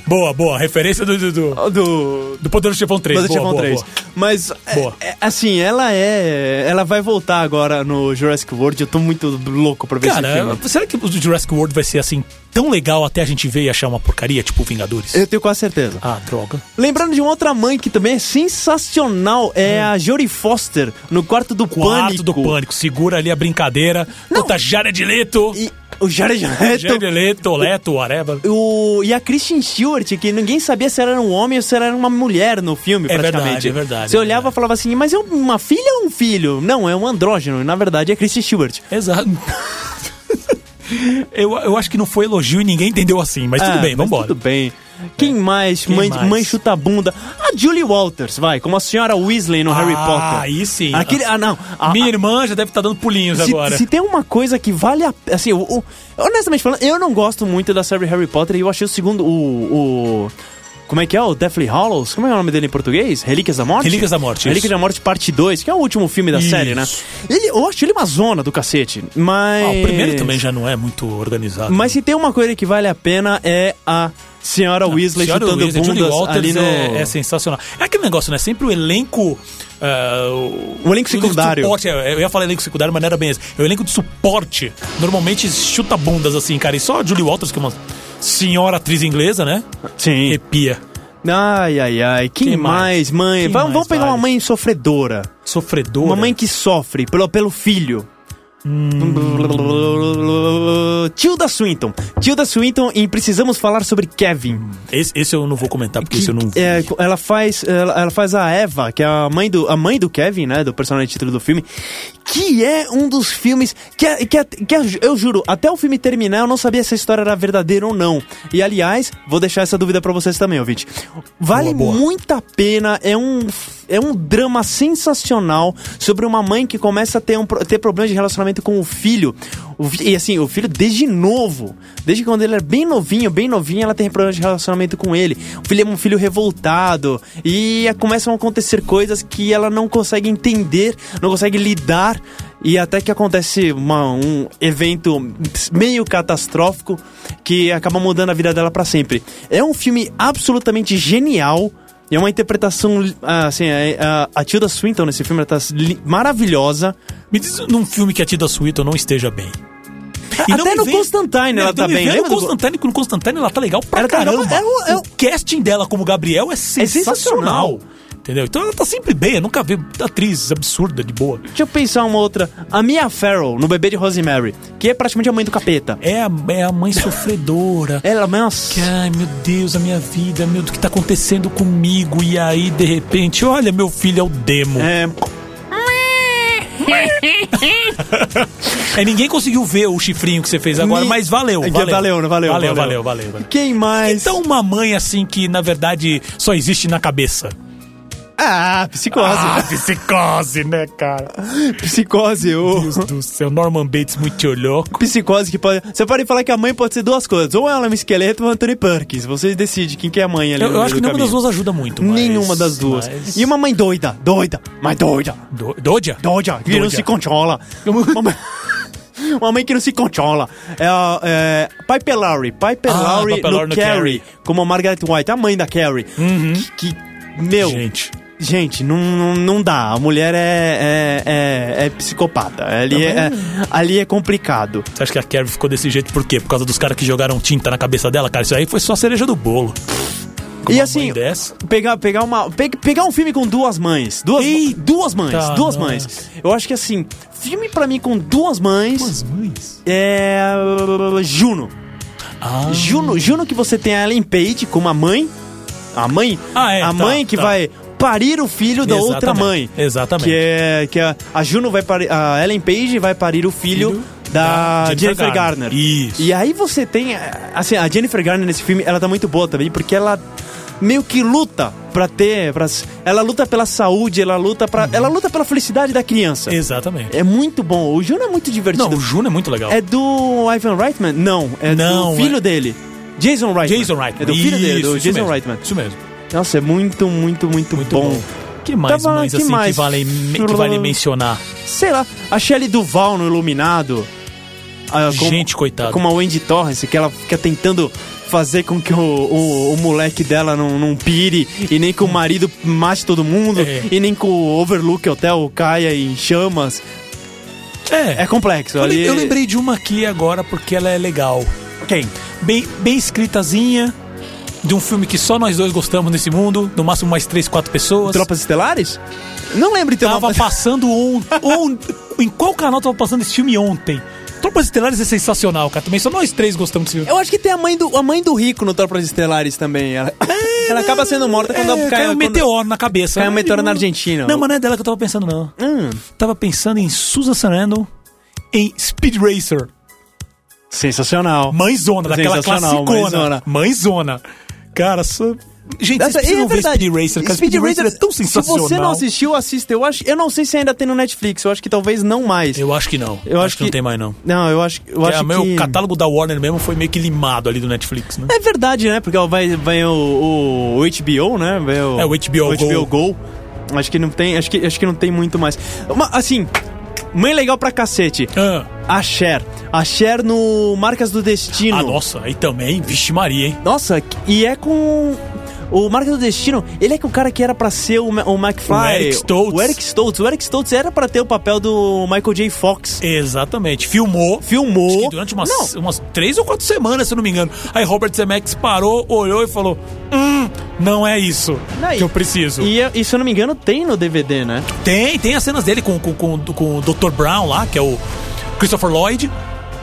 boa, boa. Referência do, do, do, Do, do Poder do Chefão 3. Mas eu tinha boa, boa, três. boa. Mas, é- Boa. é- assim, ela é. Ela vai voltar agora no Jurassic World. Eu tô muito louco pra ver esse Cara, filme. será que o Jurassic World vai ser assim tão legal até a gente ver e achar uma porcaria, tipo Vingadores? Eu tenho quase certeza. Ah, droga. Lembrando de uma outra mãe que também é sensacional, é a Jodie Foster, no quarto do Hum. Quarto pânico. do pânico, segura ali a brincadeira. Puta, Jared Leto. E o Jared Leto. [LAUGHS] Jared Leto, Leto, whatever. O, e a Christian Stewart, que ninguém sabia se ela era um homem ou se ela era uma mulher no filme, É praticamente. verdade, é verdade, Você é olhava e verdade. falava assim, mas é uma filha ou um filho? Não, é um andrógeno. E, Na verdade, é Christian Stewart. Exato. [LAUGHS] Eu, eu acho que não foi elogio e ninguém entendeu assim, mas Ah, tudo bem, mas vambora. É. Tudo bem. Quem mais? Quem mãe, mais? mãe chuta a bunda. A Julie Walters, vai, como a senhora Weasley no Harry Potter. Ah, aí sim. Aquele, ah, não. A, Minha irmã já deve estar dando pulinhos Se- agora. Se tem uma coisa que vale a assim, o- o- honestamente falando, eu não gosto muito da série Harry Potter e eu achei o segundo o, o Como é que é o Deathly Hollows? Como é o nome dele em português? Relíquias da Morte? Relíquias da Morte, Relíquias isso. da Morte Parte 2, que é o último filme da Isso. série, né? Ele, eu acho ele uma zona do cacete, mas... Ah, o primeiro também já não é muito organizado. Mas se tem uma coisa que vale a pena é a senhora Weasley Ah, Senhora chutando Weasley, Julie bundas Walters ali no... é, é sensacional. É aquele negócio, né? Sempre o elenco. ah, o, O elenco secundário. de suporte, é, eu ia falar elenco secundário, mas não era bem esse. É o elenco de suporte. Normalmente chuta bundas assim, cara. E só a Julie Walters, que é uma senhora atriz inglesa, né? Sim. Repia. Ai, ai, ai. Quem, Quem mais, mais? mãe? Quem vamos vamos mais pegar uma vale? mãe sofredora. Sofredora. Uma mãe que sofre pelo, pelo filho. Hum. Tilda Swinton. Tilda Swinton em Precisamos Falar Sobre Kevin. Esse, esse eu não vou comentar, porque Que- esse eu não. é, co- ela faz ela, ela faz a Eva, que é a mãe do a mãe do Kevin, né, do personagem título do filme, que é um dos filmes que é- que, é- que é- eu juro, até o filme terminar eu não sabia se a história era verdadeira ou não. E aliás, vou deixar essa dúvida pra vocês também, ouvinte. Vale Boa, boa. muita pena, é um é um drama sensacional sobre uma mãe que começa a ter um pro- ter problemas de relacionamento com o filho. O fi- e assim, o filho desde novo, desde quando ele era bem novinho, bem novinho, ela tem problemas de relacionamento com ele. O filho é um filho revoltado e a- começam a acontecer coisas que ela não consegue entender, não consegue lidar e até que acontece uma- um evento meio catastrófico que acaba mudando a vida dela pra sempre. É um filme absolutamente genial. É uma interpretação, ah, assim, a, a- a Tilda Swinton nesse filme ela tá li- maravilhosa. Me diz num filme que a Tida Swinton não esteja bem. não Até me no Constantine ela então tá me bem, vem lembra No do- Constantine, no Constantine ela tá legal pra Ela tá legal caramba. pra- é o- é o- O casting dela como Gabriel é sensacional. sensacional. Entendeu? Então ela tá sempre bem. Eu nunca vi atriz absurda de boa. Deixa eu pensar uma outra. A Mia Farrow, no Bebê de Rosemary, que é praticamente a mãe do capeta. É a, é a mãe sofredora. [LAUGHS] Ela, nossa... Que, ai meu Deus, a minha vida, meu, do que tá acontecendo comigo? E aí, de repente, olha, meu filho é o demo. É, É, ninguém conseguiu ver o chifrinho que você fez agora, Ni- mas valeu, É que valeu. valeu, né? Valeu, valeu. valeu, valeu, valeu, valeu. quem mais? Então, uma mãe assim que na verdade só existe na cabeça. Ah, psicose. Ah, psicose, né, cara? [LAUGHS] Psicose, o... Deus do céu, Norman Bates muito louco. Psicose que pode. Você pode falar que a mãe pode ser duas coisas. Ou ela é um esqueleto ou Anthony Perkins. Vocês decidem quem que é a mãe ali. Eu, no eu meio acho do que nenhuma das caminho. duas ajuda muito. mas- Nenhuma das duas. mas- E uma mãe doida, doida, mas doida. Do, Doja? Doja, que não Doja. se controla. uma, mãe... [LAUGHS] uma mãe que não se controla. É, a- é, Pai Pelari. Pai Pelari Pai no, Pelaurie no Carrie. Carrie. Como a Margaret White, a mãe da Carrie. Que, que- Meu, gente, Gente. não, não, não dá. A mulher é, é, é, é psicopata. Ali é, é- ali é complicado. Você acha que a Carrie ficou desse jeito por quê? Por causa dos caras que jogaram tinta na cabeça dela, cara? Isso aí foi só a cereja do bolo. Com E uma assim, mãe dessa, pegar, pegar uma pe- pegar um filme com duas mães, duas Eita, duas mães, duas Tá, nossa. mães. Eu acho que assim, filme pra mim com duas mães Duas mães. é Juno. Ah, Juno, Juno que você tem a Ellen Page como a mãe, a mãe, Ah, é, a tá, mãe que tá. vai parir o filho da outra Exatamente, mãe. exatamente. Que é que a, a Juno vai parir, a Ellen Page vai parir o filho, Filho da, da Jennifer, Jennifer Garner. Garner. Isso. E aí você tem assim, a Jennifer Garner nesse filme, ela tá muito boa também, porque ela meio que luta pra ter, pra, ela luta pela saúde, ela luta para, ela luta pela felicidade da criança. Exatamente. É muito bom. O Juno é muito divertido. Não, o Juno é muito legal. É do Ivan Reitman? Não, é Não, do filho é- dele. Jason Reitman. Jason Reitman. É do filho dele, Isso, do isso Jason mesmo, Reitman. Isso mesmo. Nossa, é muito, muito, muito, Muito bom. bom. Que mais Tava- mães que assim mais? que valem que vale mencionar? Sei lá, a Shelley Duval no Iluminado. ah, com- Gente, coitada. Como a Wendy Torrance, que ela fica tentando fazer com que o, o, o moleque dela não, não pire, e nem que o marido mate todo mundo, É. e nem que o Overlook Hotel caia em chamas. É complexo. Eu, ali... é- lem- eu lembrei de uma aqui agora porque ela é legal. Quem? Bem, bem escritazinha, de um filme que só nós dois gostamos nesse mundo, no máximo mais três, quatro pessoas. Tropas Estelares? Não lembro de ter uma- Tava passando on, on- Em qual canal tava passando esse filme ontem? Tropas Estelares é sensacional, cara. Também só nós três gostamos desse filme. Eu acho que tem a mãe do, a mãe do rico no Tropas Estelares também. Ela, [LAUGHS] É, ela acaba sendo morta quando É, cai, caiu um quando- meteoro na cabeça. caiu um Ai, meteoro na mano. Argentina. Não, mas não é dela que eu tava pensando, não. Hum, Tava pensando em Susan Sarandon em Speed Racer. sensacional. Mãezona, daquela Sensacional, classicona. mãezona. Mãezona. Cara, só... Gente, vocês Essa- e precisam ver é verdade. Speed Racer, cara. Speed, Racer é tão sensacional. Se você não assistiu, assista. Eu, acho, eu não sei se ainda tem no Netflix. Eu acho que talvez não mais. Eu acho que não. Eu acho não que- tem mais, não. Não, eu acho, eu é, acho meu, que... O catálogo da Warner mesmo foi meio que limado ali do Netflix, né? É verdade, né? Porque ó, vai, vai o, o HBO, né? Vai o, É, o HBO HBO Go. Acho que não tem, acho que, acho que não tem muito mais. Uma- assim, mãe legal pra cacete. Ah, A Cher. A Cher no Marcas do Destino. ah, nossa, aí também, vixe Maria, hein? Nossa, e é com. O Marcas do Destino, ele é que o cara que era pra ser o, Ma- o McFly. O Eric Stoltz. O Eric Stoltz. O Eric Stoltz era pra ter o papel do Michael J. Fox. Exatamente. Filmou. Acho Filmou. que durante umas, Não, umas três ou quatro semanas, se eu não me engano. Aí Robert Zemeckis parou, olhou e falou: Hum, não é isso Aí. que eu preciso. E, e se eu não me engano, tem no DVD, né? Tem, tem as cenas dele com, com, com, com o Dr. Brown lá, que é o Christopher Lloyd,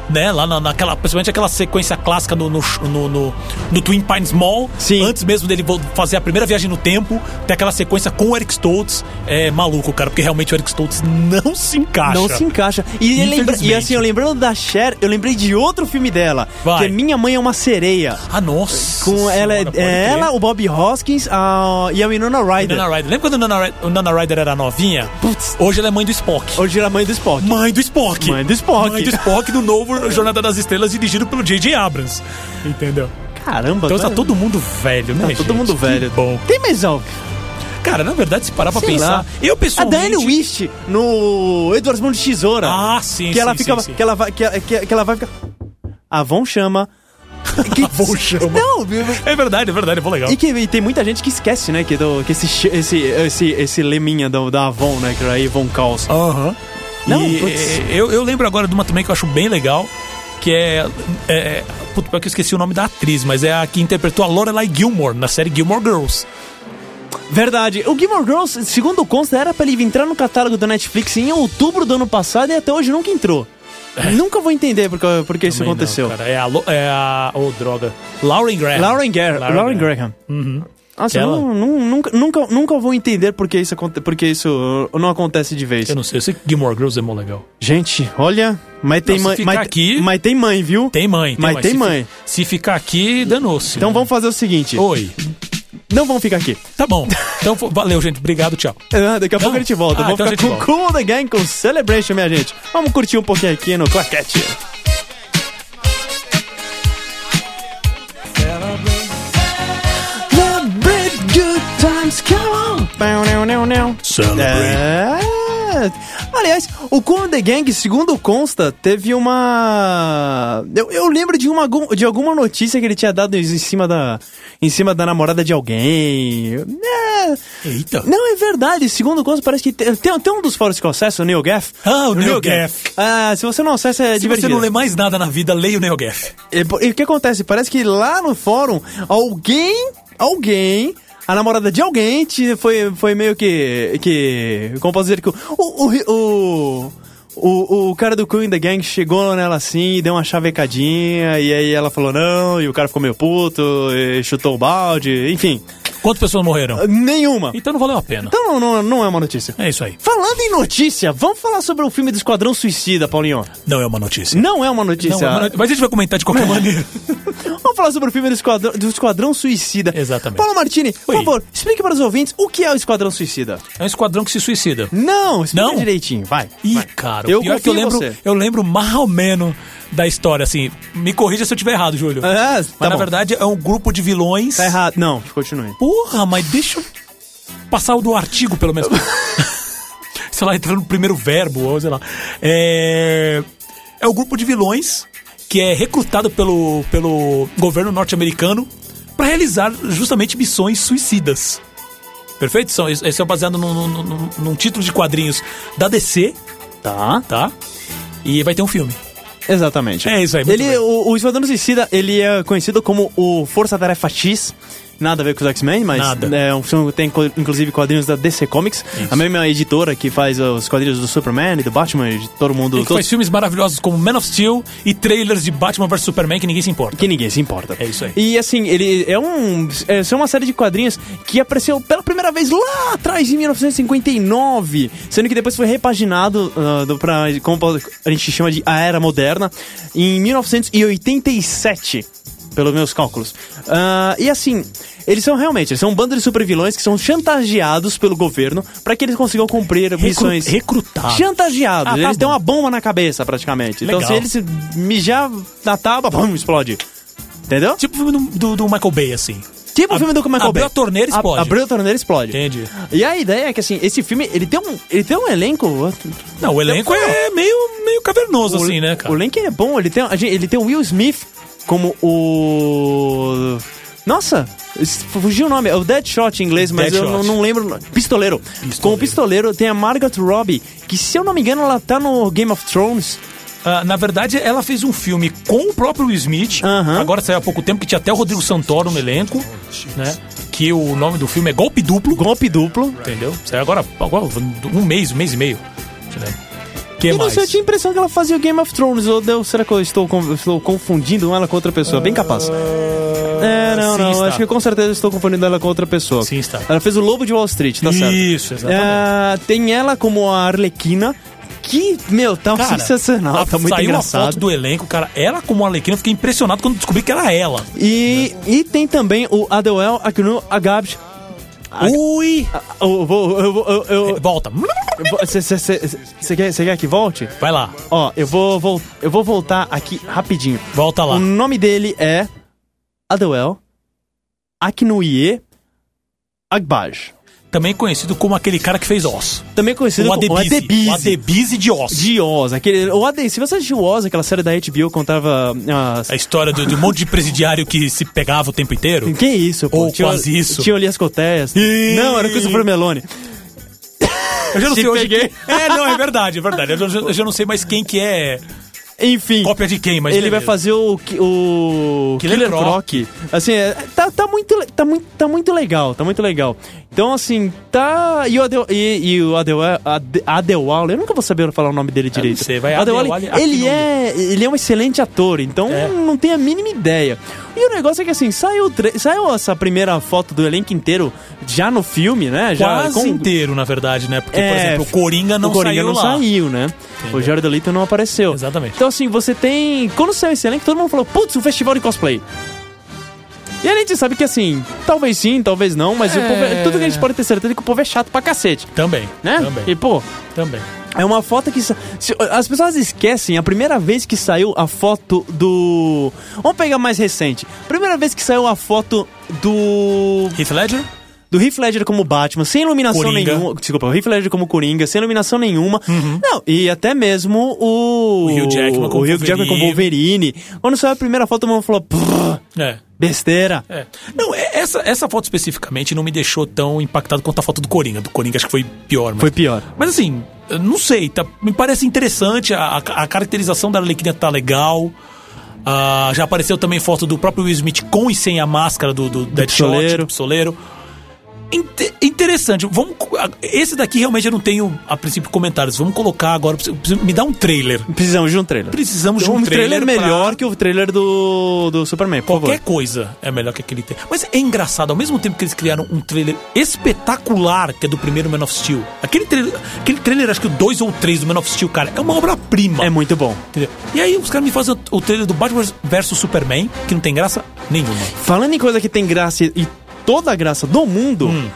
né? Lá na, naquela, principalmente aquela sequência clássica no, no, no, no- no Twin Pines Mall. Sim. Antes mesmo dele vo- fazer a primeira viagem no tempo, tem aquela sequência com o Eric Stoltz. É maluco, cara, porque realmente o Eric Stoltz não se encaixa. Não se encaixa. E, ele lembra- Infelizmente. e assim, eu lembrando da Cher, eu lembrei de outro filme dela. Vai. Que é Minha Mãe é uma Sereia. Ah, nossa. Com ela, Senhora, pode é, crer. ela, o Bob Hoskins a- e a Winona Ryder. Nana Ryder. Lembra quando o Nana, Ry- o Nana Ryder era novinha? Putz. Hoje ela é mãe do Spock. Hoje era a mãe do Spock. Mãe do Spock. Mãe do Spock. Mãe do Spock [LAUGHS] do novo Jornada das Estrelas dirigido pelo J.J. Abrams. Entendeu? Caramba, Então tá mano. todo mundo velho, né, Tá gente? todo mundo Que velho. bom. Tem mais algo. Cara, na verdade, se parar pra Sei pensar... lá. Eu, A pessoalmente... Daniel Wist no Edward Mão de Tesoura. Ah, sim, que sim, ela sim, fica, sim. Que ela vai, que, ela- que, que ela vai ficar... A Von chama. [LAUGHS] Que- Von chama. [LAUGHS] Não, viu? É verdade, é verdade, vou legal. E que e tem muita gente que esquece, né? Que, do, que esse, ch- esse, esse, esse leminha da, da Avon, né? Que era aí Von Caos. Aham. Não, E, putz. é, eu, eu lembro agora de uma também que eu acho bem legal, que é... é puto, pior que eu esqueci o nome da atriz, mas é a que interpretou a Lorelai Gilmore na série Gilmore Girls. Verdade. O Gilmore Girls, segundo consta, era pra ele entrar no catálogo da Netflix em outubro do ano passado e até hoje nunca entrou. Nunca vou entender porque, porque isso É. Também não, aconteceu. cara. É a... Lo- É a oh, droga. Lauren Graham. Lauren, Ger Lauren Lauren Graham. Graham. Uhum. Nossa, Ela- eu não- não- nunca, nunca, nunca vou entender porque isso, aconte- porque isso uh, não acontece de vez. Eu não sei, eu sei que Gilmore Girls é mó legal. Gente, olha, mas tem se mãe. ficar Mas, aqui- mas tem mãe, viu? Tem mãe, tem Mas mãe. tem se, fi- mãe. Se ficar aqui, danou-se. Então vamos fazer o seguinte: Oi. não vamos ficar aqui. Tá bom. Então fo- valeu, gente. Obrigado, tchau. Ah, daqui a Não? pouco a gente volta. Ah, vamos então a ficar gente com Cool the Gang com Celebration, minha gente. Vamos curtir um pouquinho aqui no Claquete. Celebrate good times, come on! Não, não, não, não. É. Aliás, o Cool and the Gang, segundo consta, teve uma. Eu, eu lembro de, uma, gu- de alguma notícia que ele tinha dado em cima da, em cima da namorada de alguém. É. Eita. Não, é verdade. Segundo consta, parece que tem, tem, tem um dos fóruns que eu acesso, o NeoGaf. Ah, o Neil Gaff. Ah, se você não acessa, é Se você divertido. não lê mais nada na vida, leia o NeoGaf. E po- e o que acontece? Parece que lá no fórum, alguém, alguém, a namorada de alguém te- foi, foi meio que, que, como posso dizer, que o, o, o, o, o cara do Queen The Gang chegou nela assim, e deu uma chavecadinha, e aí ela falou não, e o cara ficou meio puto, e chutou o balde, enfim, Quantas pessoas morreram? nenhuma. Então não valeu a pena. Então não, não, não é uma notícia. É isso aí. Falando em notícia, vamos falar sobre o filme do Esquadrão Suicida, Paulinho. Não é uma notícia. Não é uma notícia. Não é uma notícia. Mas a gente vai comentar de qualquer maneira. Então Vamos falar sobre o filme do Esquadrão, do Esquadrão Suicida. Exatamente. Paulo Martini, por Oi. favor, explique para os ouvintes o que é o Esquadrão Suicida. É um esquadrão que se suicida. Não, explica Não? direitinho, vai. Ih, vai. cara, eu o pior é que confio eu em lembro, você. eu lembro mais ou menos da história, assim. Me corrija se eu tiver errado, Júlio. Ah, Mas tá na bom. verdade é um grupo de vilões. Tá errado. Não, continue. Porra, mas deixa eu passar o do artigo, pelo [LAUGHS] menos. sei lá, entrando no primeiro verbo, ou sei lá. É, é o grupo de vilões que é recrutado pelo, pelo governo norte-americano para realizar justamente missões suicidas. Perfeito? São- Esse é baseado num, num- num- num título de quadrinhos da DC, Tá. tá? E vai ter um filme. Exatamente. É isso aí, muito Ele, bem. o, o Esquadrão Suicida, ele é conhecido como o Força Tarefa X. Nada a ver com os X-Men, mas Nada. é um filme que tem co- inclusive quadrinhos da DC Comics, a mesma editora que faz os quadrinhos do Superman e do Batman e de todo mundo. E que todo- faz filmes maravilhosos como Man of Steel e trailers de Batman vs Superman que ninguém se importa. Que ninguém se importa. É isso aí. E assim, ele é um. É, são uma série de quadrinhos que apareceu pela primeira vez lá atrás, em 1959. Sendo que depois foi repaginado ah, do, pra, como a gente chama de a Era Moderna, em 1987. pelos meus cálculos. Ah, e assim, eles são realmente, eles são um bando de supervilões que são chantageados pelo governo para que eles consigam cumprir missões. recrutado. Chantageados. Ah, tá eles têm bom. uma bomba na cabeça, praticamente. Legal. Então, se eles mijar na tábua, [LAUGHS] bum, explode. Entendeu? Tipo o filme do, do- do Michael Bay, assim. Tipo o Ab- filme do Michael abriu Bay. a torneira, Ab- explode. Abriu a torneira, explode. Entendi. E a ideia é que, assim, esse filme, ele tem um, ele tem um elenco... Não, o elenco é meio, meio cavernoso, O- assim, né, cara? O Lincoln é bom, ele tem, a gente- ele tem o Will Smith como o. Nossa! es- Fugiu o nome, é o Deadshot em inglês, mas eu não, Deadshot. não lembro. o nome. Pistoleiro. Com o pistoleiro tem a Margaret Robbie, que se eu não me engano ela tá no Game of Thrones. Ah, na verdade, ela fez um filme com o próprio Will Smith. Aham. Agora saiu há pouco tempo, que tinha até o Rodrigo Santoro no elenco, né? Que o nome do filme é Golpe Duplo. Golpe duplo. Entendeu? Saiu agora, agora um mês, um mês e meio. Né? Que E não mais? sei, eu tinha a impressão que ela fazia o Game of Thrones, ou deu, será que eu estou, com- estou confundindo ela com outra pessoa? Bem capaz. É, não, Ah, sim, não, está. acho que com certeza eu estou confundindo ela com outra pessoa. Sim, está. Ela fez o Lobo de Wall Street, tá certo? Isso, exatamente. Ah, tem ela como a Arlequina, que, meu, tá Cara, sensacional, a- tá muito saiu engraçado. a foto do elenco, cara. Ela como Arlequina, eu fiquei impressionado quando descobri que era ela. E, e tem também o Adewell Akinu Agabj. Ui! Ah, Eu vou. Eu vou. Eu, eu, Volta. você quer, cê quer que volte? Vai lá, Ó, eu vou, vol- eu vou voltar aqui rapidinho. volta lá. O nome dele é Adewell Akinuye Agbaj. Também conhecido como aquele cara que fez Oz. Também conhecido O como Adebise. O Adebise. Adebise de Oz. de Oz, aquele, o Ade, se você assistiu Oz, aquela série da HBO contava ah, A história do, de um monte de presidiário que se pegava o tempo inteiro. Que Oh, isso, pô? Ou quase isso. Tinha Elias Cotéias. Ih! Não, era o Christopher Meloni. Eu já não Se sei hoje. peguei. quem- É, não, é verdade, é verdade. Eu já, eu já não sei mais quem que é Enfim, cópia de quem, mas. ele vai beleza. fazer o, ki- o Killer Killer, Croc. Croc. Assim, é, tá, tá, muito, le- tá, muito, tá muito legal, tá muito legal. Então, assim, tá... E o, Adeu, e, e o Adeu, Ade, Adewale, eu nunca vou saber falar o nome dele direito. não É, sei, vai Adewale, Adewale ele, Akinwumi. é, ele é um excelente ator, então É. não tenho a mínima ideia. E o negócio é que, assim, saiu, o tra- saiu essa primeira foto do elenco inteiro já no filme, né? Já Quase com- inteiro, na verdade, né? Porque, por É, exemplo, o Coringa não o Coringa saiu não lá. saiu, né? O Jared Leto não apareceu. Exatamente. Então, assim, você tem... Quando saiu esse elenco, todo mundo falou, putz, um festival de cosplay. E a gente sabe que, assim, talvez sim, talvez não, mas o povo é- tudo que a gente pode ter certeza é que o povo é chato pra cacete, Também. né? Também. E, pô, Também. é uma foto que... sa- se- As pessoas esquecem, a primeira vez que saiu a foto do... Vamos pegar mais recente. Primeira vez que saiu a foto do Heath Ledger? do Heath Ledger como Batman, sem iluminação Coringa. Uhum. nenhuma. Desculpa, o Heath Ledger como Coringa, sem iluminação nenhuma. Não, e até mesmo o. O Hugh Jackman o como Hugh Jackman como Wolverine. Quando saiu a primeira foto, todo mundo falou. "Pff, É. Besteira. É. Não, é- essa, essa foto especificamente não me deixou tão impactado quanto a foto do Coringa. Do Coringa acho que foi pior, mas. Foi pior. Mas assim, eu não sei, tá- me parece interessante, a, a- a caracterização da Arlequina tá legal. Ah, já apareceu também foto do próprio Will Smith com e sem a máscara do, do, Deadshot, pistoleiro. do pistoleiro. Inte- interessante. Vamos, co- a- esse daqui realmente eu não tenho, a princípio, comentários. Vamos colocar agora. preciso- preciso- Me dá um trailer. Precisamos de um trailer. Precisamos de um, um trailer, pra- melhor que o trailer do, do Superman, por Qualquer favor. coisa é melhor que aquele trailer. Mas é engraçado, ao mesmo tempo que eles criaram um trailer espetacular, que é do primeiro Man of Steel. Aquele trailer, aquele trailer acho que o 2 ou 3 do Man of Steel, cara, é uma obra-prima. É muito bom. entendeu? E aí os caras me fazem o trailer do Batman vs Superman, que não tem graça nenhuma. Falando em coisa que tem graça e toda a graça do mundo, Hum.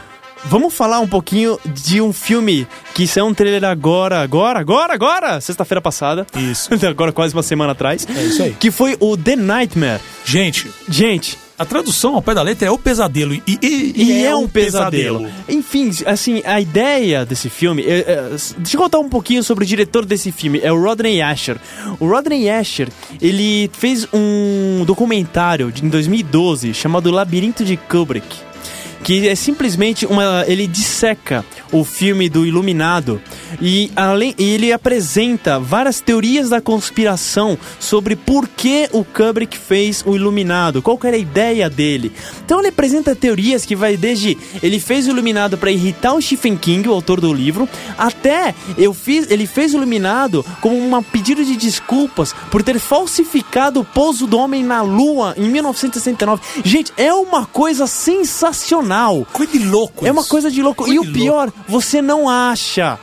vamos falar um pouquinho de um filme que saiu um trailer agora, agora, agora, agora, sexta-feira passada. Isso. [LAUGHS] agora quase uma semana atrás. É isso aí. Que foi o The Nightmare. Gente, Gente, a tradução ao pé da letra é o pesadelo. E, e- e, é, um pesadelo. Enfim, assim, a ideia desse filme. é- é- deixa eu contar um pouquinho sobre o diretor desse filme, é o Rodney Asher. O Rodney Asher, ele fez um documentário de- em 2012 chamado Labirinto de Kubrick. Que é simplesmente uma. Ele disseca o filme do Iluminado e além, e ele apresenta várias teorias da conspiração sobre por que o Kubrick fez o Iluminado, qual que era a ideia dele. Então ele apresenta teorias que vai desde ele fez o Iluminado para irritar o Stephen King, o autor do livro, até eu fiz, ele fez o Iluminado como um pedido de desculpas por ter falsificado o pouso do homem na Lua em 1969. Gente, é uma coisa sensacional. Coisa de louco É uma isso. coisa de louco. Coisa e o de pior, você não acha.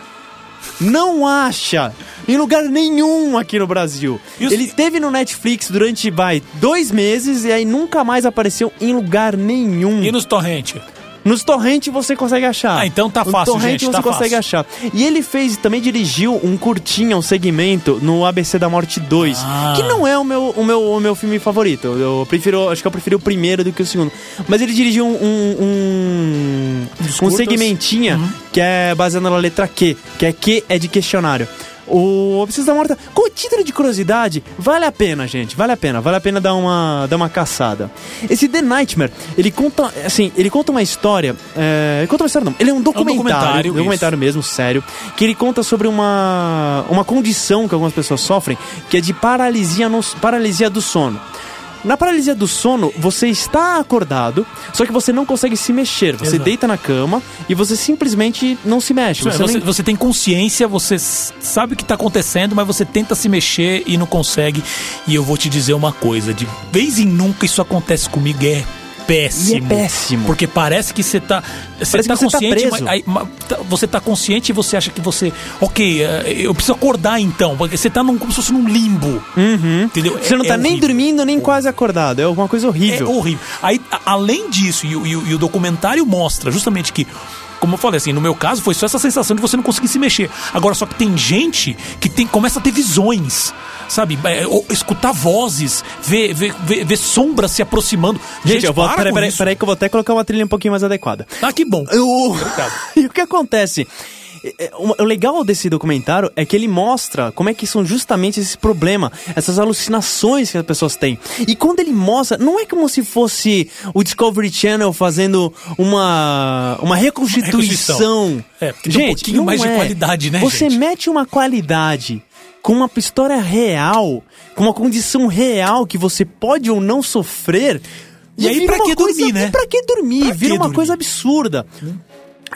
Não acha. em lugar nenhum aqui no Brasil. E os- Ele teve no Netflix durante, vai, dois meses e aí nunca mais apareceu em lugar nenhum. E nos torrentes? Nos torrentes você consegue achar. Ah, então tá No fácil, torrent gente, você tá consegue achar. E ele fez, também dirigiu um curtinho, um segmento no ABC da Morte 2, Ah. que não é o meu, o, meu, o meu filme favorito. Eu prefiro, acho que eu prefiro o primeiro do que o segundo. Mas ele dirigiu um um, Dos um, um curtas? segmentinha que é baseado na letra Q, que é Q é de questionário. O Obsessão da Morta, com o título de curiosidade, vale a pena, gente. Vale a pena, vale a pena dar uma, dar uma caçada. Esse The Nightmare, ele conta, assim, ele conta uma história. é, ele conta uma história, não. Ele é um documentário. documentário, documentário é mesmo, sério. Que ele conta sobre uma, uma condição que algumas pessoas sofrem, que é de paralisia, no, paralisia do sono. Na paralisia do sono, você está acordado, só que você não consegue se mexer. Você Exato. deita na cama e você simplesmente não se mexe. Você, Você, é, você, nem- tem consciência, você s- sabe o que tá acontecendo, mas você tenta se mexer e não consegue. E eu vou te dizer uma coisa: de vez em nunca isso acontece comigo, e é E péssimo. é péssimo. Porque parece que você tá. Parece Você tá que você tá consciente, preso. mas, aí- mas tá- você tá consciente e você acha que você. Ok, eh, eu preciso acordar então. Porque você tá num, como se fosse num limbo. Entendeu? você não É- tá é nem horrível. dormindo, nem quase acordado. É uma coisa É horrível. horrível. Aí, a- além disso, e, o- e o- e o documentário mostra justamente que. Como eu falei assim, no meu caso foi só essa sensação de você não conseguir se mexer. Agora, só que tem gente que tem, começa a ter visões, sabe? É, ou escutar vozes, ver, ver, ver, ver sombras se aproximando. Gente, eu vou, para peraí, com peraí, isso. peraí que eu vou até colocar uma trilha um pouquinho mais adequada. Ah, que bom. Eu- [LAUGHS] e o que acontece? É, é, O legal desse documentário é que ele mostra como é que são justamente esse problema, essas alucinações que as pessoas têm. E quando ele mostra, não é como se fosse o Discovery Channel fazendo uma, uma reconstituição. reconstituição. É, porque tem um pouquinho não mais de qualidade, né, Você gente? mete uma qualidade com uma história real, com uma condição real que você pode ou não sofrer. E aí, vira pra uma que coisa- dormir, né? Pra que dormir? Pra que vira uma dormir? coisa absurda.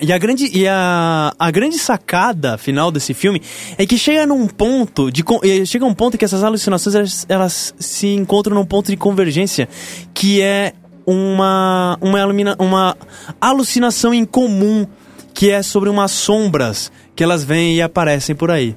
E a grande, e a, a grande sacada final desse filme é que chega num ponto de con- eh, chega um ponto que essas alucinações elas, elas se encontram num ponto de convergência que é uma uma, alumina- uma alucinação em comum que é sobre umas sombras que elas vêm e aparecem por aí.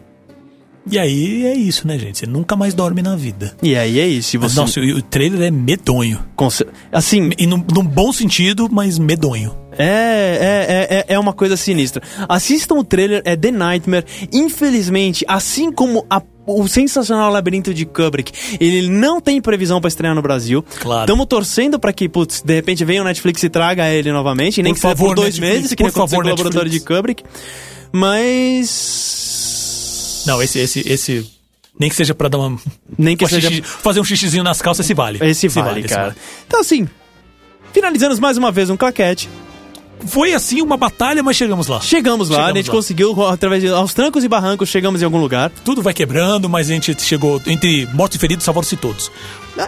E aí é isso, né, gente? Você nunca mais dorme na vida. E aí é isso. e Você, Nossa, e o trailer é medonho. conce- assim, E num, num bom sentido, mas medonho. É, é, é, é uma coisa sinistra. Assistam o trailer, é The Nightmare. Infelizmente, assim como a- o sensacional Labirinto de Kubrick, ele não tem previsão pra estrear no Brasil. Claro. Estamos torcendo pra que, putz, de repente venha o Netflix e traga ele novamente, nem Por que seja favor, por dois Netflix, meses, que por nem aconteceu favor, com o laboratório de Netflix. Kubrick. Mas. Não, esse, esse, esse. Nem que seja pra dar uma. Nem que uma seja- xixi- fazer um xixizinho nas calças, esse vale. Esse vale, esse cara. Então, assim, finalizando mais uma vez um claquete. vale. Foi assim uma batalha, mas chegamos lá. Chegamos lá, Chegamos a gente lá. conseguiu, através de. aos trancos e barrancos, chegamos em algum lugar. Tudo vai quebrando, mas a gente chegou entre mortos e feridos, salvaram-se todos. né?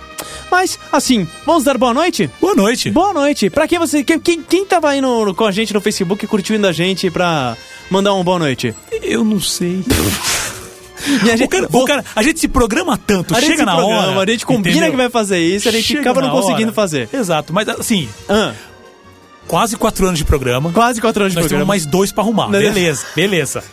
Mas, assim, vamos dar boa noite? Boa noite. Boa noite. Pra quem você. Quem, quem, quem tava aí no- com a gente no Facebook curtindo a gente pra mandar um boa noite? Eu não sei. E a O cara, o cara- a gente se programa tanto, a gente chega se na programa, hora. A gente combina entendeu? que vai fazer isso, a gente Chega acaba não na hora. conseguindo fazer. Exato, mas assim, Ah, quase quatro anos de programa. quase quatro anos de Nós temos programa. Né? mais dois pra arrumar. Não, não. Beleza, [LAUGHS] beleza.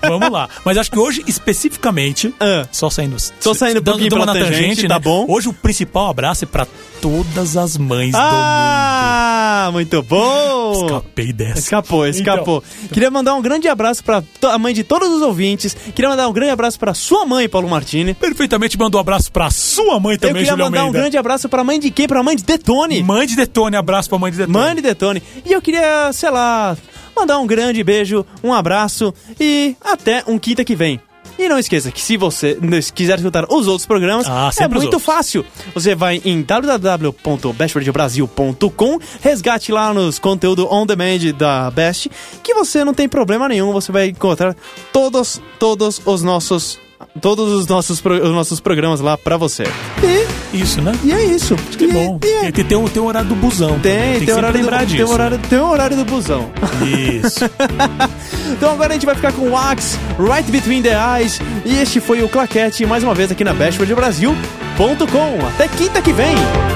Vamos lá. Mas acho que hoje, especificamente, Ah. só saindo. Só saindo um dando- pouquinho dando pela uma né? tangente, tá bom. Hoje o principal abraço é pra todas as mães Ah, muito do mundo. bom! Escapei dessa. Escapou, Então. escapou. Queria mandar um grande abraço pra to- a mãe de todos os ouvintes. Queria mandar um grande abraço pra sua mãe, Paulo Martini. Perfeitamente, manda um abraço pra sua mãe Eu também, queria Júlio mandar um Almeida. grande abraço pra mãe de quem? Pra mãe de Detone. Mãe de Detone, abraço pra mãe de Detone. Mane Detone. E eu queria, sei lá, mandar um grande beijo, um abraço e até um quinta que vem. E não esqueça que se você não es- quiser escutar os outros programas, Ah, é sempre os muito outros. fácil. Você vai em www.bestradiobrasil.com, resgate lá nos conteúdo on demand da Best, que você não tem problema nenhum, você vai encontrar todos, todos os nossos todos os nossos, pro- os nossos programas lá pra você. E, Isso, né? e é isso. Que E- bom. e é- Tem, tem, o- tem o horário do busão. também, tem, que tem sempre horário, lembrar do, disso. né? tem, horário, tem horário do busão. Isso. [LAUGHS] Então agora a gente vai ficar com o Axe, Right Between the Eyes. E este foi o Claquete, mais uma vez aqui na Bashford Brasil.com. Até quinta que vem!